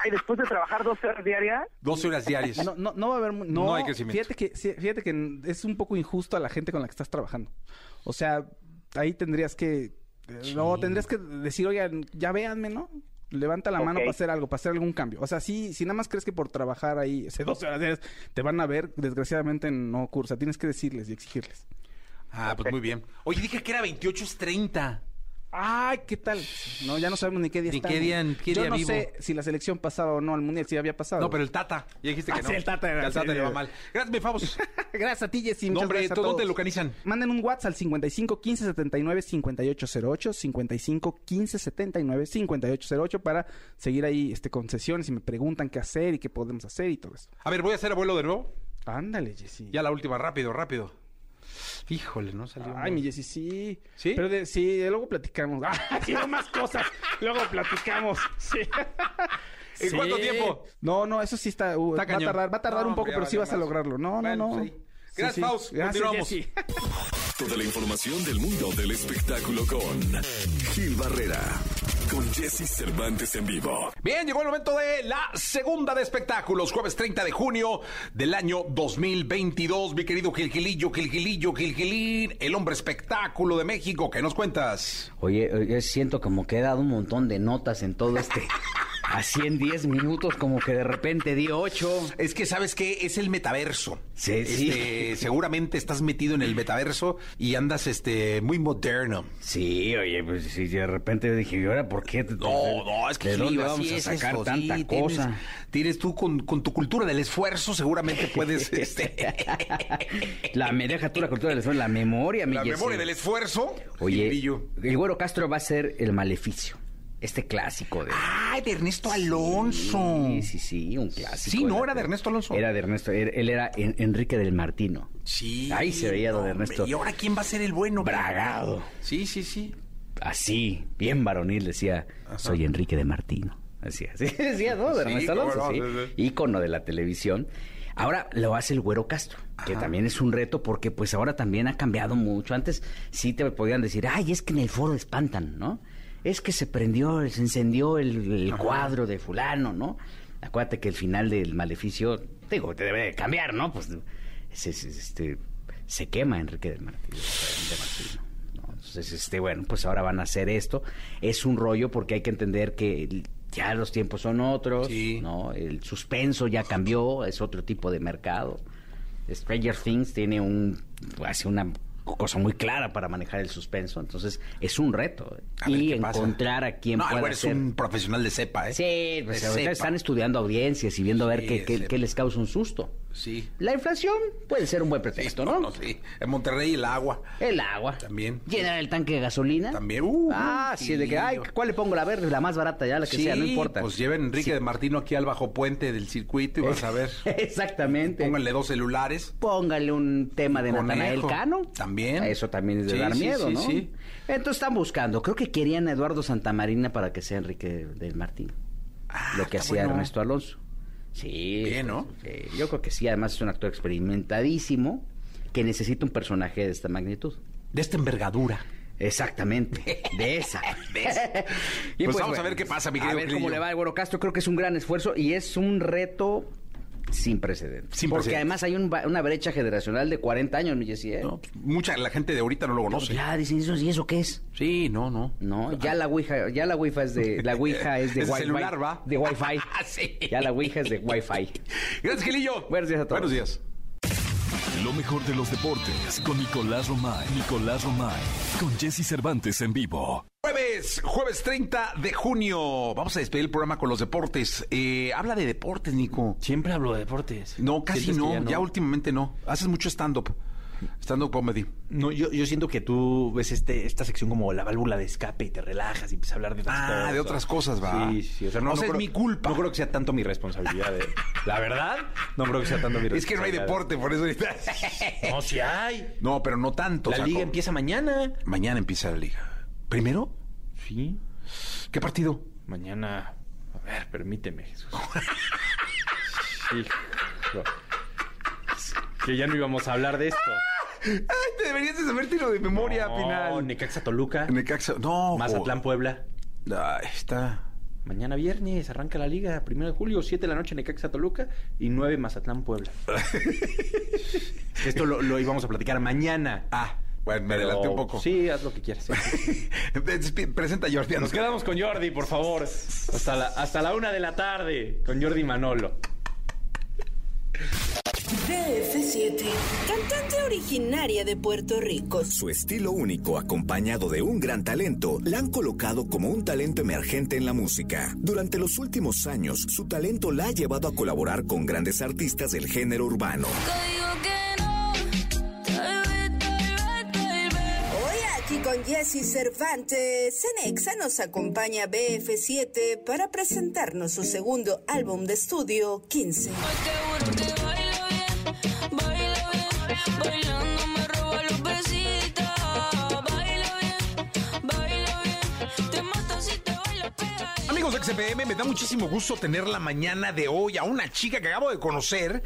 Ay, después de trabajar 12 horas diarias,
12 horas diarias.
Ah, No, no, no va a haber... mu- No,
No hay crecimiento.
Fíjate que, sí, fíjate que es un poco injusto a la gente con la que estás trabajando. O sea, ahí tendrías que... eh, No, tendrías que decir, oigan, ya véanme, ¿no? Levanta la mano
Ok.
para hacer algo, para hacer algún cambio. O sea, sí, si nada más crees que por trabajar ahí, hace 12 horas diarias, te van a ver, desgraciadamente no ocurre. O sea, tienes que decirles y exigirles.
Ah, pues muy bien. Oye, dije que era 28 es 30.
Ay, ¿qué tal? No, ya no sabemos ni qué día
Ni
estamos.
qué día- ni qué
Yo
día
no
vivo.
sé si la selección pasaba o no al mundial, si había pasado.
No, pero el Tata. Ya dijiste que
Ah,
no.
sí, el Tata era-
Que al Tata
sí,
le va
sí.
mal. Gracias, mi favos.
[LAUGHS] gracias a ti, Jessy.
No,
muchas
hombre,
gracias a
¿tú dónde
todos.
localizan?
Manden un WhatsApp al 55 15 79 58 08, 55 15 79 58 08 para seguir ahí este, concesiones y me preguntan qué hacer y qué podemos hacer y todo eso.
A ver, voy a hacer abuelo de nuevo.
Ándale, Jessy.
Ya la última, rápido, rápido. Híjole, no salió.
Ay, mi Jessy, sí.
¿Sí?
Pero de- sí, de- luego platicamos. Ah, sí, no más cosas. luego platicamos. [LAUGHS] Sí.
¿En cuánto tiempo?
No, no, eso sí está. uh,
Está
va a
cañón.
tardar, va a tardar
No,
un poco,
hombre,
pero sí
vale
vas a
más.
lograrlo. No,
Bueno,
no, no.
pues ahí. Gracias, Faust.
Gracias,
Continuamos.
Jessy.
Toda la información del mundo del espectáculo con Gil Barrera. Con Jesse Cervantes en vivo.
Bien, llegó el momento de la segunda de espectáculos, jueves 30 de junio del año 2022. Mi querido Gilgilillo, Gilgilillo, Gilgilín, el hombre espectáculo de México, ¿qué nos cuentas?
Oye, oye, siento como que he dado un montón de notas en todo este. [LAUGHS] Así en 10 minutos, como que de repente di 8.
Es que sabes que es el metaverso.
Sí,
Este, Seguramente estás metido en el metaverso y andas este muy moderno.
Sí, oye, pues sí, de repente dije, ¿y ahora por qué?
No, no, es que
¿De
sí,
dónde
así
vamos a
es
sacar
esto,
tanta
sí, tienes-
cosa?
Tienes, tú con, con tu cultura del esfuerzo, seguramente [LAUGHS] puedes este,
La me deja tú la cultura del esfuerzo, la memoria, mi
la
Jesse.
memoria del esfuerzo.
Oye,
Gilillo.
el Güero Castro va a ser el maleficio. Este clásico de.
¡Ay, de Ernesto Ah, Alonso!
Sí, sí, sí, un clásico.
Sí, no, era de Ernesto Alonso.
Era de Ernesto, él, él era En- Enrique del Martino.
Sí,
Ahí se veía lo de
hombre,
Ernesto.
¿Y ahora quién va a ser el bueno?
Bragado.
Sí, sí, sí.
Así, bien varonil, decía, soy Enrique de Martino. Así, así [LAUGHS] decía, ¿no? De
Sí,
Ernesto
cómo
Alonso,
no,
sí.
sí,
Ícono de la televisión. Ahora lo hace el Güero Castro, que también es un reto porque pues ahora también ha cambiado mucho. Antes sí te podían decir, ay, es que en el foro espantan, ¿no? Es que se prendió, se encendió el, el cuadro de fulano, ¿no? Acuérdate que el final del maleficio, digo, te debe de cambiar, ¿no? Pues es- es- este, se quema Enrique del Martino. De Martino. ¿no? Entonces, este, bueno, pues ahora van a hacer esto. Es un rollo porque hay que entender que el- ya los tiempos son otros,
Sí.
¿no? El suspenso ya cambió, es otro tipo de mercado. Stranger Things tiene un hace una cosa muy clara para manejar el suspenso, entonces es un reto ¿eh?
A ver
y
qué pasa.
encontrar a quien
No, el
pueda
güero es
ser.
un profesional de cepa, ¿eh?
Sí, pues
De
ahorita
cepa.
están estudiando audiencias y viendo a ver
Sí,
qué, qué-
sí.
qué les causa un susto.
Sí.
La inflación puede ser un buen pretexto,
Sí,
¿no?
sí. En Monterrey el agua.
El agua.
También.
Llenar el tanque de gasolina.
También. Uh,
Ah, sí, de que, ay,
Gilillo.
¿cuál le pongo? La verde, la más barata ya, la que
Sí,
sea, no importa.
Pues lleven a Enrique
Sí.
de Martino aquí al bajo puente del circuito y vas
[LAUGHS]
a ver.
Exactamente.
Pónganle dos celulares.
Póngale un tema de
Conejo.
Natanael Cano.
También.
Eso también es de
Sí,
dar
sí,
miedo,
sí,
¿no?
sí.
Entonces están buscando. Creo que querían a Eduardo Santamarina para que sea Enrique del Martín. lo que
Ah, está
hacía
bueno.
Ernesto Alonso. Sí.
Bien, ¿no?
eh, yo creo que sí. Además es un actor experimentadísimo que necesita un personaje de esta magnitud.
De esta envergadura.
Exactamente, de
[LAUGHS]
esa. [LAUGHS] Y
Pues vamos a ver qué pasa, mi
A
querido
ver cómo
Grillo.
le va al Güero Castro. Creo que es un gran esfuerzo y es un reto sin precedentes.
Sin
Porque además
precedentes.
hay un ba- una brecha generacional de 40 años, mi Jessy, ¿eh?
No, pues, mucha la gente de ahorita no lo conoce.
Ya dicen eso, ¿y eso qué es?
Sí, no, no.
No, ya la Ouija, ya la Ouija es de la Ouija es de
[LAUGHS] Es
Wi-Fi.
celular, ¿va?
De Wi-Fi.
[LAUGHS] Sí.
Ya la Ouija es de Wi-Fi.
Gracias, Gilillo.
Buenos días a todos.
Buenos días.
Lo mejor de los deportes con Nicolás Romay. Nicolás Romay. Con Jesse Cervantes en vivo.
Jueves, jueves 30 de junio. Vamos a despedir el programa con los deportes. Eh, habla de deportes, Nico.
Siempre hablo de deportes.
No, casi
¿Sientes que
no. Ya, últimamente no. Haces mucho stand-up. Stand-up comedy.
No, yo, yo siento que tú ves este, esta sección como la válvula de escape y te relajas y empiezas a hablar de otras
Ah,
cosas.
de otras cosas, va.
Sí, sí. O sea, no,
O
no
sea, es
creo-
mi culpa.
No creo que sea tanto mi responsabilidad. eh. La verdad, no creo que sea tanto mi responsabilidad.
[LAUGHS] Es que no hay deporte, por eso ahorita.
No, si hay.
[LAUGHS] No, pero no tanto.
La
o sea,
liga
como-
empieza mañana.
Mañana empieza la liga. ¿Primero?
Sí.
¿Qué partido?
Mañana. A ver, permíteme,
[LAUGHS]
Jesús. Hijo. Que ya no íbamos a hablar de esto.
Ay, te deberías de saberte lo de memoria,
No,
final.
Necaxa Toluca.
Necaxa. No.
Mazatlán Puebla.
Ahí está.
Mañana viernes arranca la liga, primero de julio, 7 de la noche Necaxa Toluca y
[LAUGHS]
9 Mazatlán Puebla. Esto lo, lo íbamos a platicar mañana.
Ah. Bueno, me
Pero
adelanté un poco.
Sí, haz lo que quieras. sí.
Despi- Presenta a Jordi a
Nos quedamos con Jordi, por favor. Hasta la, hasta la una de la tarde, con Jordi Manolo.
DF7, cantante originaria de Puerto Rico.
Su estilo único acompañado de un gran talento la han colocado como un talento emergente en la música. Durante los últimos años, su talento la ha llevado a colaborar con grandes artistas del género urbano.
Hoy aquí con Jesse Cervantes, Cenexa nos acompaña BF7 para presentarnos su segundo álbum de estudio 15.
Amigos de XPM, me da muchísimo gusto tener la mañana de hoy a una chica que acabo de conocer.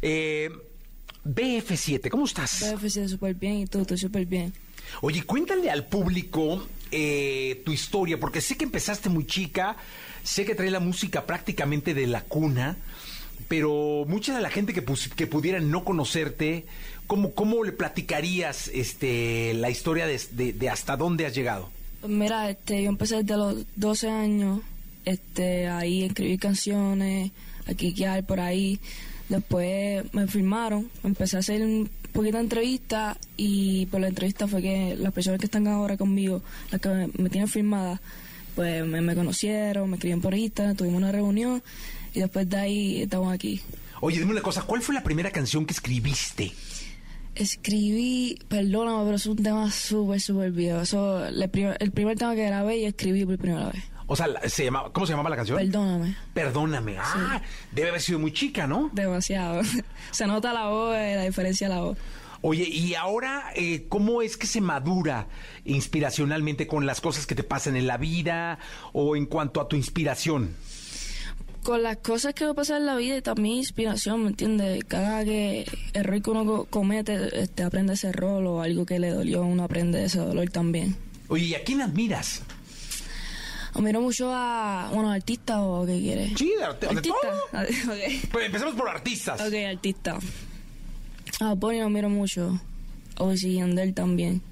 eh, BF7, ¿cómo estás?
BF7 súper bien y todo, súper bien.
Oye, cuéntale al público eh, tu historia, porque sé que empezaste muy chica, sé que traes la música prácticamente de la cuna, pero mucha de la gente que, pus- que pudiera no conocerte, ¿cómo, cómo le platicarías este, la historia de- de- de hasta dónde has llegado?
Mira, este, yo empecé desde los 12 años, este, ahí a escribir canciones, a quiquear por ahí. Después me firmaron, empecé a hacer un poquito de entrevista y por la entrevista fue que las personas que están ahora conmigo, las que me, me tienen firmada, pues me, me conocieron, me escribieron por Instagram, tuvimos una reunión y después de ahí estamos aquí.
Oye, dime una cosa, ¿cuál fue la primera canción que escribiste?
Escribí, perdóname, pero es un tema súper, súper viejo. Eso, la pri- el primer tema que grabé y escribí por primera vez.
O sea, la- se llamaba, ¿cómo se llamaba la canción?
Perdóname,
Perdóname. Ah, debe haber sido muy chica, ¿no?
demasiado. [LAUGHS] Se nota la voz, eh, la diferencia de la voz.
Oye, y ahora, eh, ¿cómo es que se madura inspiracionalmente con las cosas que te pasan en la vida o en cuanto a tu inspiración?
Con las cosas que me pasan en la vida y también inspiración, ¿me entiendes? Cada que error que uno co- comete, este, aprende ese error o algo que le dolió, uno aprende de ese dolor también.
Oye, ¿y a quién admiras?
Miro mucho a unos artistas o qué quieres.
Sí, de, arte- de todo.
Artista. [LAUGHS] Ok.
Pues empecemos por artistas.
Ok, artista. A Bonnie lo miro mucho. A Ozzy Yandel también.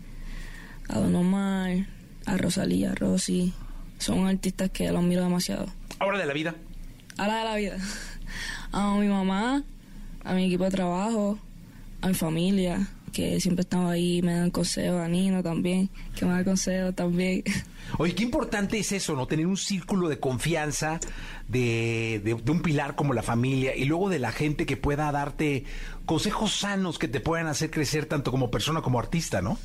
A Don Omar, a Rosalía, a Rosy. Son artistas que los miro demasiado.
Ahora de la vida.
Ahora de la vida. A mi mamá, a mi equipo de trabajo, a mi familia, que siempre están ahí, me dan consejos, a Nino también, que me da consejos también. [LAUGHS]
Oye, qué importante es eso, ¿no? Tener un círculo de confianza, de, de- de un pilar como la familia y luego de la gente que pueda darte consejos sanos que te puedan hacer crecer tanto como persona como artista, ¿no?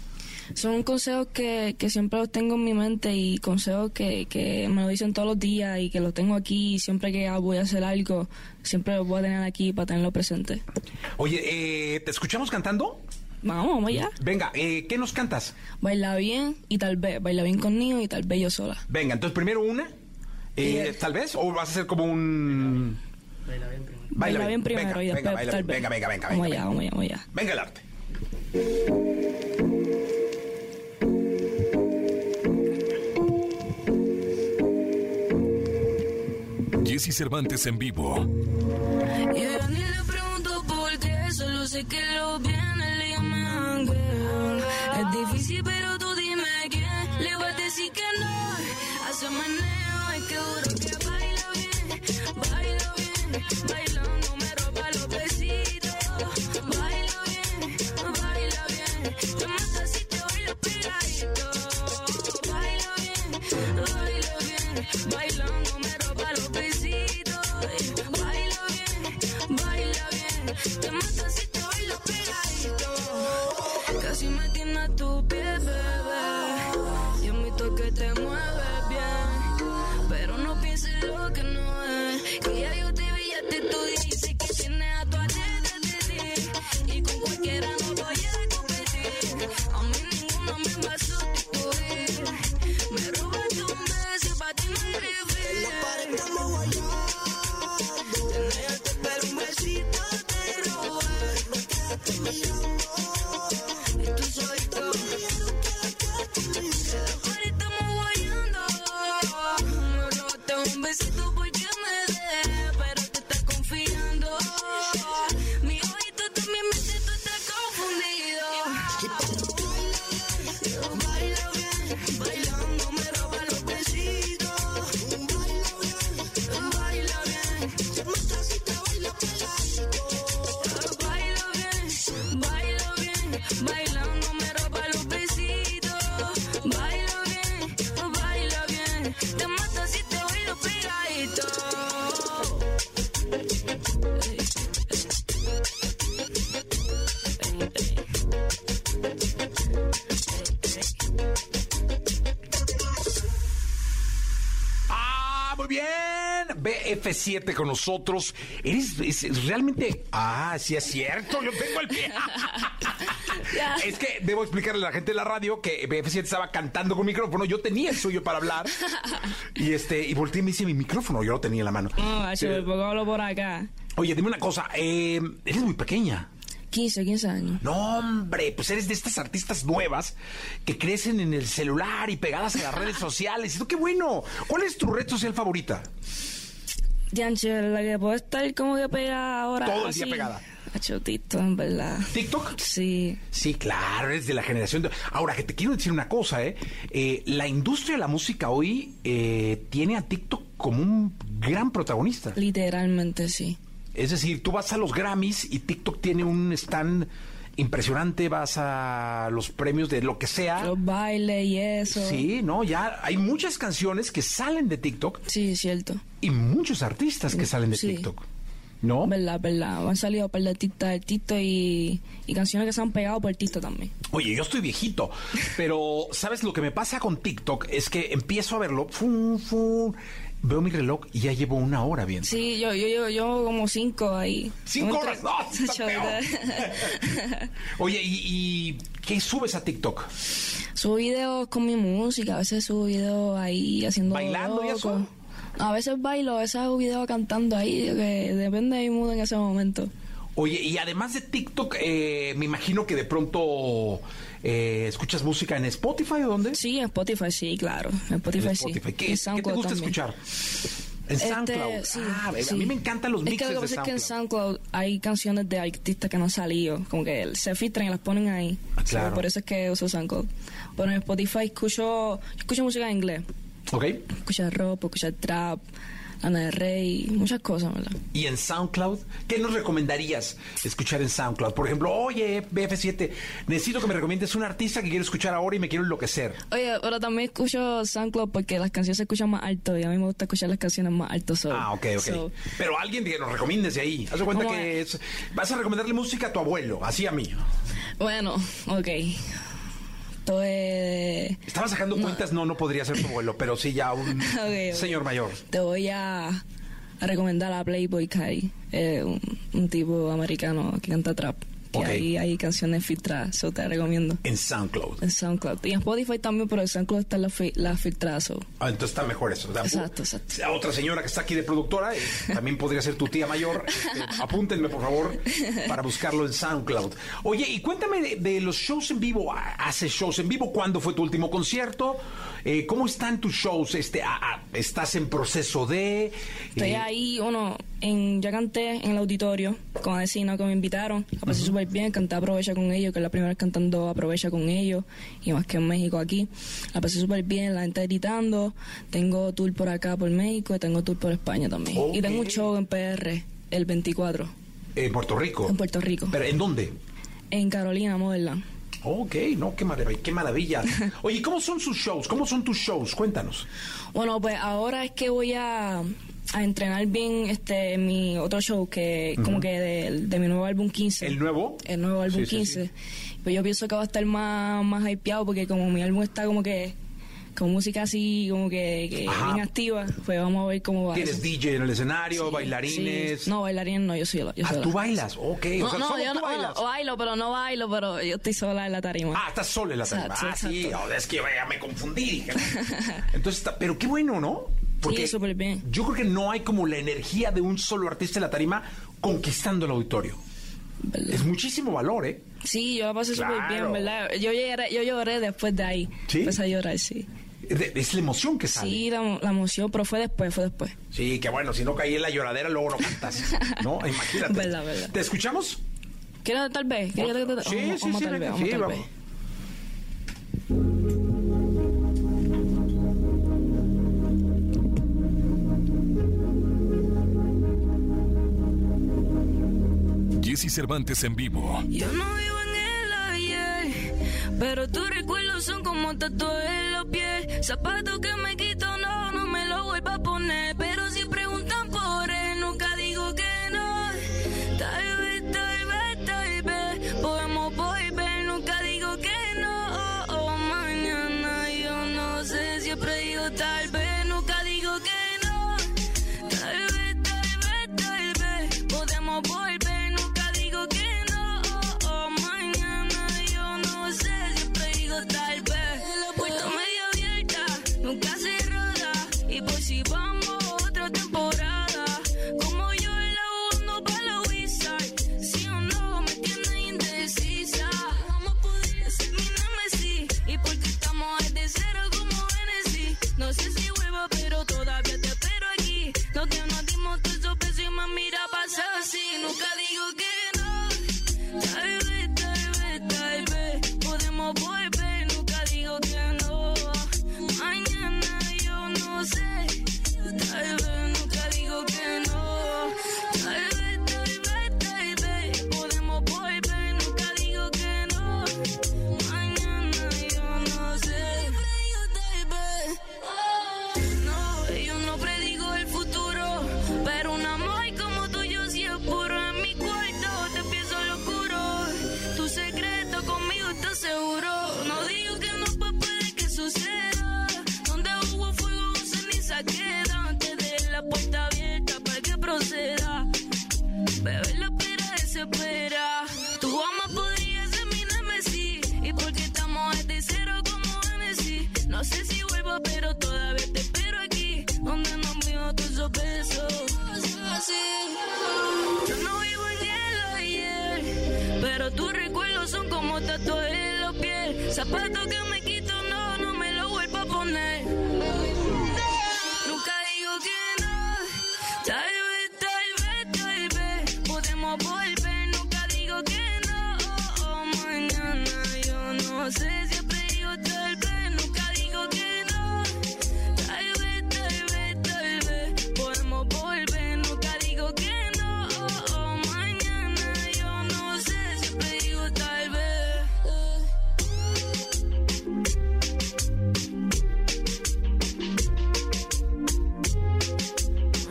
Son consejos que, que siempre los tengo en mi mente y consejos que, que me lo dicen todos los días y que los tengo aquí y siempre que ah, voy a hacer algo, siempre los voy a tener aquí para tenerlo presente.
Oye, eh, ¿te escuchamos cantando?
Vamos, vamos ya.
Venga, eh, ¿qué nos cantas?
Baila bien y tal vez, baila bien conmigo y tal vez yo sola.
Venga, entonces primero una, eh, tal vez, o vas a hacer como un...
Baila, bien primero
venga,
y después
venga, baila
tal
bien,
vez.
venga, venga, venga,
Vamos
venga,
allá, vamos allá, vamos allá.
venga el arte.
Jesse Cervantes en vivo.
Y ahora ni le pregunto por qué, solo sé que lo viene le llaman girl. Es difícil, pero tú dime que le vas a decir que no. Hace manejo, es que juro que bailo bien, bailo bien, bailando me roba los besitos. Bailo bien, baila bien, te mata si te bailo pegadito. Bailo bien, bailo bien, bailando me roba los besitos. Bailo bien, baila bien, te mata si te bailo pegadito. Casi me tiene a tu pie, bebé. Yo invito que te mueves bien, pero no pienses lo que no es. Que ya yo te vi, ya te tú dices que tienes a tu alrededor de ti. Y con cualquiera no voy a competir. A mí ninguno me va a sustituir. Me robaste un beso y para ti no es difícil. ahorita me guayando. Me robaste un besito porque me dejé, pero te estás confiando. Mi ojito también me siento, está confundido. Bailando me roba los besitos. Baila bien, oh, baila bien. Te mata si te bailo pegadito. Ey, ey, ey.
Ah, muy bien. BF7 con nosotros. Eres, es- realmente. Ah, sí es cierto. Lo tengo
[LAUGHS]
al pie. Es que debo explicarle a la gente de la radio que BF7 estaba cantando con micrófono. Yo tenía el suyo para
[LAUGHS]
hablar. Y este, y volteé y me dice mi micrófono. Yo lo tenía en la mano.
Ah,
Eh,
pongámoslo por acá.
Oye, dime una cosa. eh, eres muy pequeña.
15, 15 años.
No, hombre, pues eres de estas artistas nuevas que crecen en el celular y pegadas a las redes sociales. Qué bueno. ¿Cuál es tu red social favorita?
Yanche, la que puedo estar como que pegada ahora.
Todo el día pegada.
Hacho TikTok, en verdad.
¿TikTok?
Sí.
Sí, claro, es de la generación. de- Ahora, que te quiero decir una cosa, ¿eh? Eh, la industria de la música hoy eh, tiene a TikTok como un gran protagonista.
Literalmente sí.
Es decir, tú vas a los Grammys y TikTok tiene un stand impresionante, vas a los premios de lo que sea.
Los bailes y eso.
Sí, no, ya hay muchas canciones que salen de TikTok.
Sí, es cierto.
Y muchos artistas que salen de
Sí.
TikTok. ¿No?
Verdad, verdad. Han salido par de artistas de TikTok y, y canciones que se han pegado por TikTok también.
Oye, yo estoy viejito, pero ¿sabes lo que me pasa con TikTok? Es que empiezo a verlo, fum, fum, veo mi reloj y ya llevo una hora viendo.
Sí, yo, yo, yo, yo como cinco ahí.
Cinco
Como
horas,
tres- [LAUGHS]
no, está
Hacho,
peor.
¿verdad?
Oye, ¿y, y qué subes a TikTok?
Subo videos con mi música, a veces subo videos ahí haciendo.
¿Bailando y eso?
loco. A veces bailo, a veces hago videos cantando ahí, que depende de mi mood en ese momento.
Oye, y además de TikTok, eh, me imagino que de pronto eh, escuchas música en Spotify o dónde?
Sí, en Spotify sí, claro. En
En
Spotify,
Spotify.
sí.
¿Qué-
En
qué te
SoundCloud
gusta
también.
escuchar? En
Este,
SoundCloud.
sí,
Ah, a
sí.
mí me encantan los mixes
Es que lo que
de
pasa es que en
SoundCloud.
SoundCloud hay canciones de artistas que no han salido, como que se filtran y las ponen ahí.
Ah,
So,
claro.
por eso es que uso SoundCloud. Pero en Spotify escucho, escucho música en inglés.
Ok.
Escucho rock, escucho trap, Ana de Rey, muchas cosas, ¿verdad?
¿Y en SoundCloud? ¿Qué nos recomendarías escuchar en SoundCloud? Por ejemplo, oye, BF7, necesito que me recomiendes un artista que quiero escuchar ahora y me quiero enloquecer.
Oye, pero también escucho SoundCloud porque las canciones se escuchan más alto y a mí me gusta escuchar las canciones más alto. so-
Ah, ok, ok.
Oh, so,
Pero alguien que nos recomiendes de ahí. Haz de cuenta
¿Cómo
que es- vas a recomendarle música a tu abuelo, así a mí.
bueno, ok. Esto es...
Estaba sacando cuentas, no, no podría ser tu abuelo, pero sí ya un
[LAUGHS] Ok, ok.
señor mayor.
Te voy a, a recomendar a Playboy Kai, eh, un, un tipo americano que canta trap. Que
Ok.
ahí hay canciones filtradas, eso te recomiendo.
En SoundCloud.
En SoundCloud. Y en Spotify también, pero en SoundCloud están las fi- las filtradas. so.
Ah, entonces está mejor eso. ¿verdad?
Exacto, exacto.
A otra señora que está aquí de productora, eh, también podría ser tu tía mayor.
[LAUGHS]
este, apúntenme, por favor, para buscarlo en SoundCloud. Oye, y cuéntame de, de los shows en vivo. Ah, ¿Haces shows en vivo? ¿Cuándo fue tu último concierto? Eh, ¿Cómo están tus shows? Este, ah, ah, ¿Estás en proceso de...?
Estoy
eh,
ahí, bueno, en, ya canté en el auditorio con Adesina, que me invitaron. La pasé súper bien, canté Aprovecha con ellos, que es la primera vez cantando Aprovecha con ellos, y más que en México aquí. La pasé súper bien, la gente gritando. Tengo tour por acá, por México, y tengo tour por España también. Y tengo un show en PR el 24,
En Puerto Rico.
en Puerto Rico,
¿Pero en dónde?
en Carolina, Modeland.
Ok, no, qué maravilla,
[LAUGHS]
qué maravilla. Oye, ¿cómo son sus shows? ¿Cómo son tus shows? Cuéntanos.
Bueno, pues ahora es que voy a, a entrenar bien este mi otro show, que como
Ujú.
que de, de mi nuevo álbum 15.
¿El nuevo?
el nuevo álbum
Sí, sí,
15. Pues yo pienso que va a estar más, más hypeado porque como mi álbum está como que con música así, como que, que
Ajá.
bien activa, pues vamos a ver cómo va.
¿Tienes
eso.
DJ en el escenario, bailarines?
Sí. No, bailarines no, yo soy la- yo
Ah,
soy
tú
la-
bailas, ok.
No,
o sea,
no,
solo
yo
tú
no-
bailas.
no, bailo, pero no bailo, pero yo estoy sola en la tarima.
Ah, estás sola en la tarima.
Exacto,
ah, sí, oh, es que vaya, me confundí. dije, ¿no? Entonces, está- pero qué bueno, ¿no? Porque yo creo que no hay como la energía de un solo artista en la tarima conquistando el auditorio. Es muchísimo valor, ¿eh?
[LAUGHS] Sí, yo la pasé súper bien,
Claro.
¿verdad? Yo lloré, yo lloré después de ahí.
¿Sí?
Empecé a llorar, sí.
De- Es la emoción que sale.
Sí, la, la emoción, pero fue después, fue después.
Sí, que bueno, si no caí en la lloradera, luego no cantas.
[LAUGHS]
No, imagínate.
Verdad, verdad.
¿Te escuchamos?
¿Quieres tal vez? ¿Quieres tal vez?
Sí,
Vamos-
sí,
vamos
sí,
tal vez,
sí,
vamos tal
vamos.
vez.
Jesse Cervantes en vivo.
Yo no vivo en el Pero tus recuerdos son como tatuajes en los pies. Zapatos que me quito, no, no me lo vuelva a poner. Pero si preguntan por él, nunca digo que no. Tal vez, tal vez, tal vez, podemos volver. Nunca digo que no. Oh, mañana yo no sé, siempre digo tal vez, nunca digo que no. Tal vez, tal vez, tal vez, podemos volver. Nunca digo que no. Oh, mañana yo no sé, siempre digo tal vez. La puerta medio abierta, nunca cerrada. Y por si vamos otra temporada, como yo en la uno para la Wizard. Si o no, me tienes indecisa. ¿Cómo podría ser mi Messi? Y porque estamos desde cero como Hennessy. No sé si vuelvo, pero todavía te espero aquí. No que nos dimos todos esos besos y más mira pasar así. Nunca digo que no. Tal vez, tal vez, tal vez podemos volver. Nunca digo que no. Mañana yo no sé. Tal vez nunca digo que no. Tal vez, tal vez, tal vez podemos volver. Nunca digo que no. Mañana yo no sé. Oh, No, yo no predigo el futuro, pero un amor como tuyo si es puro en mi cuarto te pienso locuro. Tu secreto conmigo está seguro. No digo que no pa' puede que suceda. Donde hubo fuego ceniza queda. Antes de la puerta abierta para que proceda. Bebé, la espera desespera. Tu alma podría ser mi nemesis. Y porque estamos desde cero como Hennessy. No sé si vuelvo, pero todavía te espero aquí. Donde no veo tus esos besos. Yo no vivo el día de ayer. Pero tus recuerdos son como tatuajes en los pies. Zapatos que me quito, no, no me lo vuelvo a poner. Nunca digo que no. Tal vez, tal vez, tal vez podemos volver. Nunca digo que no. oh, mañana yo no sé. Siempre digo tal vez, nunca digo que no. Tal vez, tal vez, tal vez podemos volver. Nunca digo que no. mañana yo no sé. Siempre digo tal vez.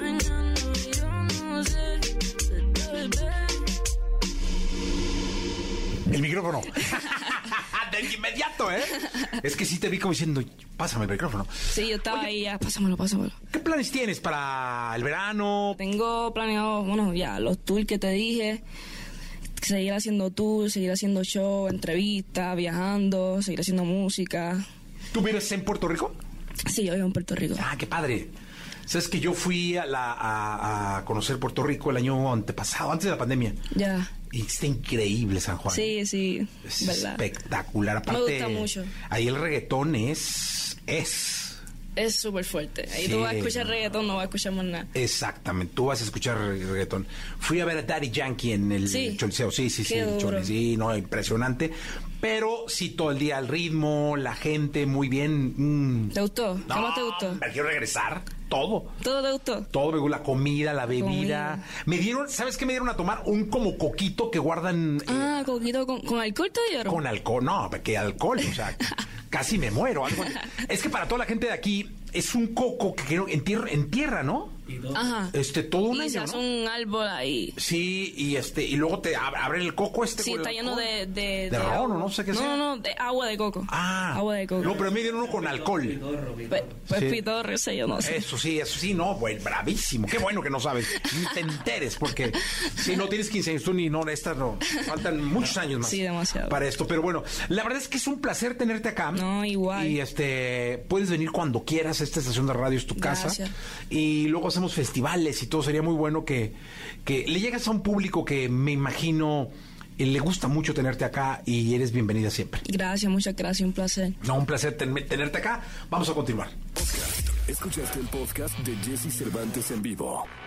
Mañana yo no sé. Tal vez.
El micrófono. [LAUGHS] De inmediato, ¿eh? Es que sí te vi como diciendo, pásame el micrófono.
Sí, yo estaba ahí, ya, pásamelo, pásamelo.
¿Qué planes tienes para el verano?
Tengo planeado, bueno, ya los tours que te dije, seguir haciendo tours, seguir haciendo show, entrevistas, viajando, seguir haciendo música.
¿Tú vives en Puerto Rico?
Sí, yo vivo en Puerto Rico.
Ah, qué padre. Sabes que yo fui a, la, a- a conocer Puerto Rico el año antepasado, antes de la pandemia.
Ya.
Y está increíble San Juan.
Sí, sí,
Es
verdad.
espectacular. Aparte,
gusta mucho.
Ahí el reggaetón es. Es.
Es súper fuerte. Ahí
Sí.
tú vas a escuchar reggaetón, no vas a escuchar más nada.
Exactamente. Tú vas a escuchar reggaetón. Fui a ver a Daddy Yankee en el
Sí.
Choliseo. Sí, sí, sí.
Qué
el
duro.
Choliseo. Sí, no, impresionante. Pero sí, todo el día el ritmo, la gente, muy bien. Mm.
¿Te gustó? ¿Qué más te gustó? Oh.
Me quiero regresar. Todo.
¿Todo te gustó?
Todo me gustó, la comida, la bebida. Me dieron, ¿sabes qué me dieron a tomar? Un como coquito que guardan eh,
Ah, coquito con, con alcohol te dieron.
con alcohol. No, que alcohol,
[LAUGHS]
o sea, casi me muero. algo así. Es que para toda la gente de aquí es un coco que creo- en tierra, en tierra ¿no?
Ajá.
Este, todo un
y se
año,
hace
¿no?
un árbol ahí.
Sí, y este, y luego te ab- abre el coco este.
Sí,
con el
está lleno
alcohol.
de... De,
De ron, o no sé qué
No,
sea.
no, de agua de coco.
Ah.
Agua de coco.
No, pero me dieron uno con alcohol.
Pe- pues
Sí.
pitorro, ese yo no sé.
Eso sí, eso sí, no, güey, bravísimo. Qué bueno que no sabes. Ni te enteres, porque si no tienes 15 años tú ni no, estas no. Faltan muchos años más.
Sí, demasiado.
Para esto, pero bueno, la verdad es que es un placer tenerte acá. No,
igual.
Y este, puedes venir cuando quieras. Esta estación de radio es tu casa.
Gracias.
Y luego hacemos festivales y todo. Sería muy bueno que, que le llegas a un público que me imagino eh, le gusta mucho tenerte acá y eres bienvenida siempre.
Gracias, muchas gracias, un placer.
No, un placer ten- tenerte acá. Vamos a continuar.
Escuchaste el podcast de Jesse Cervantes en vivo.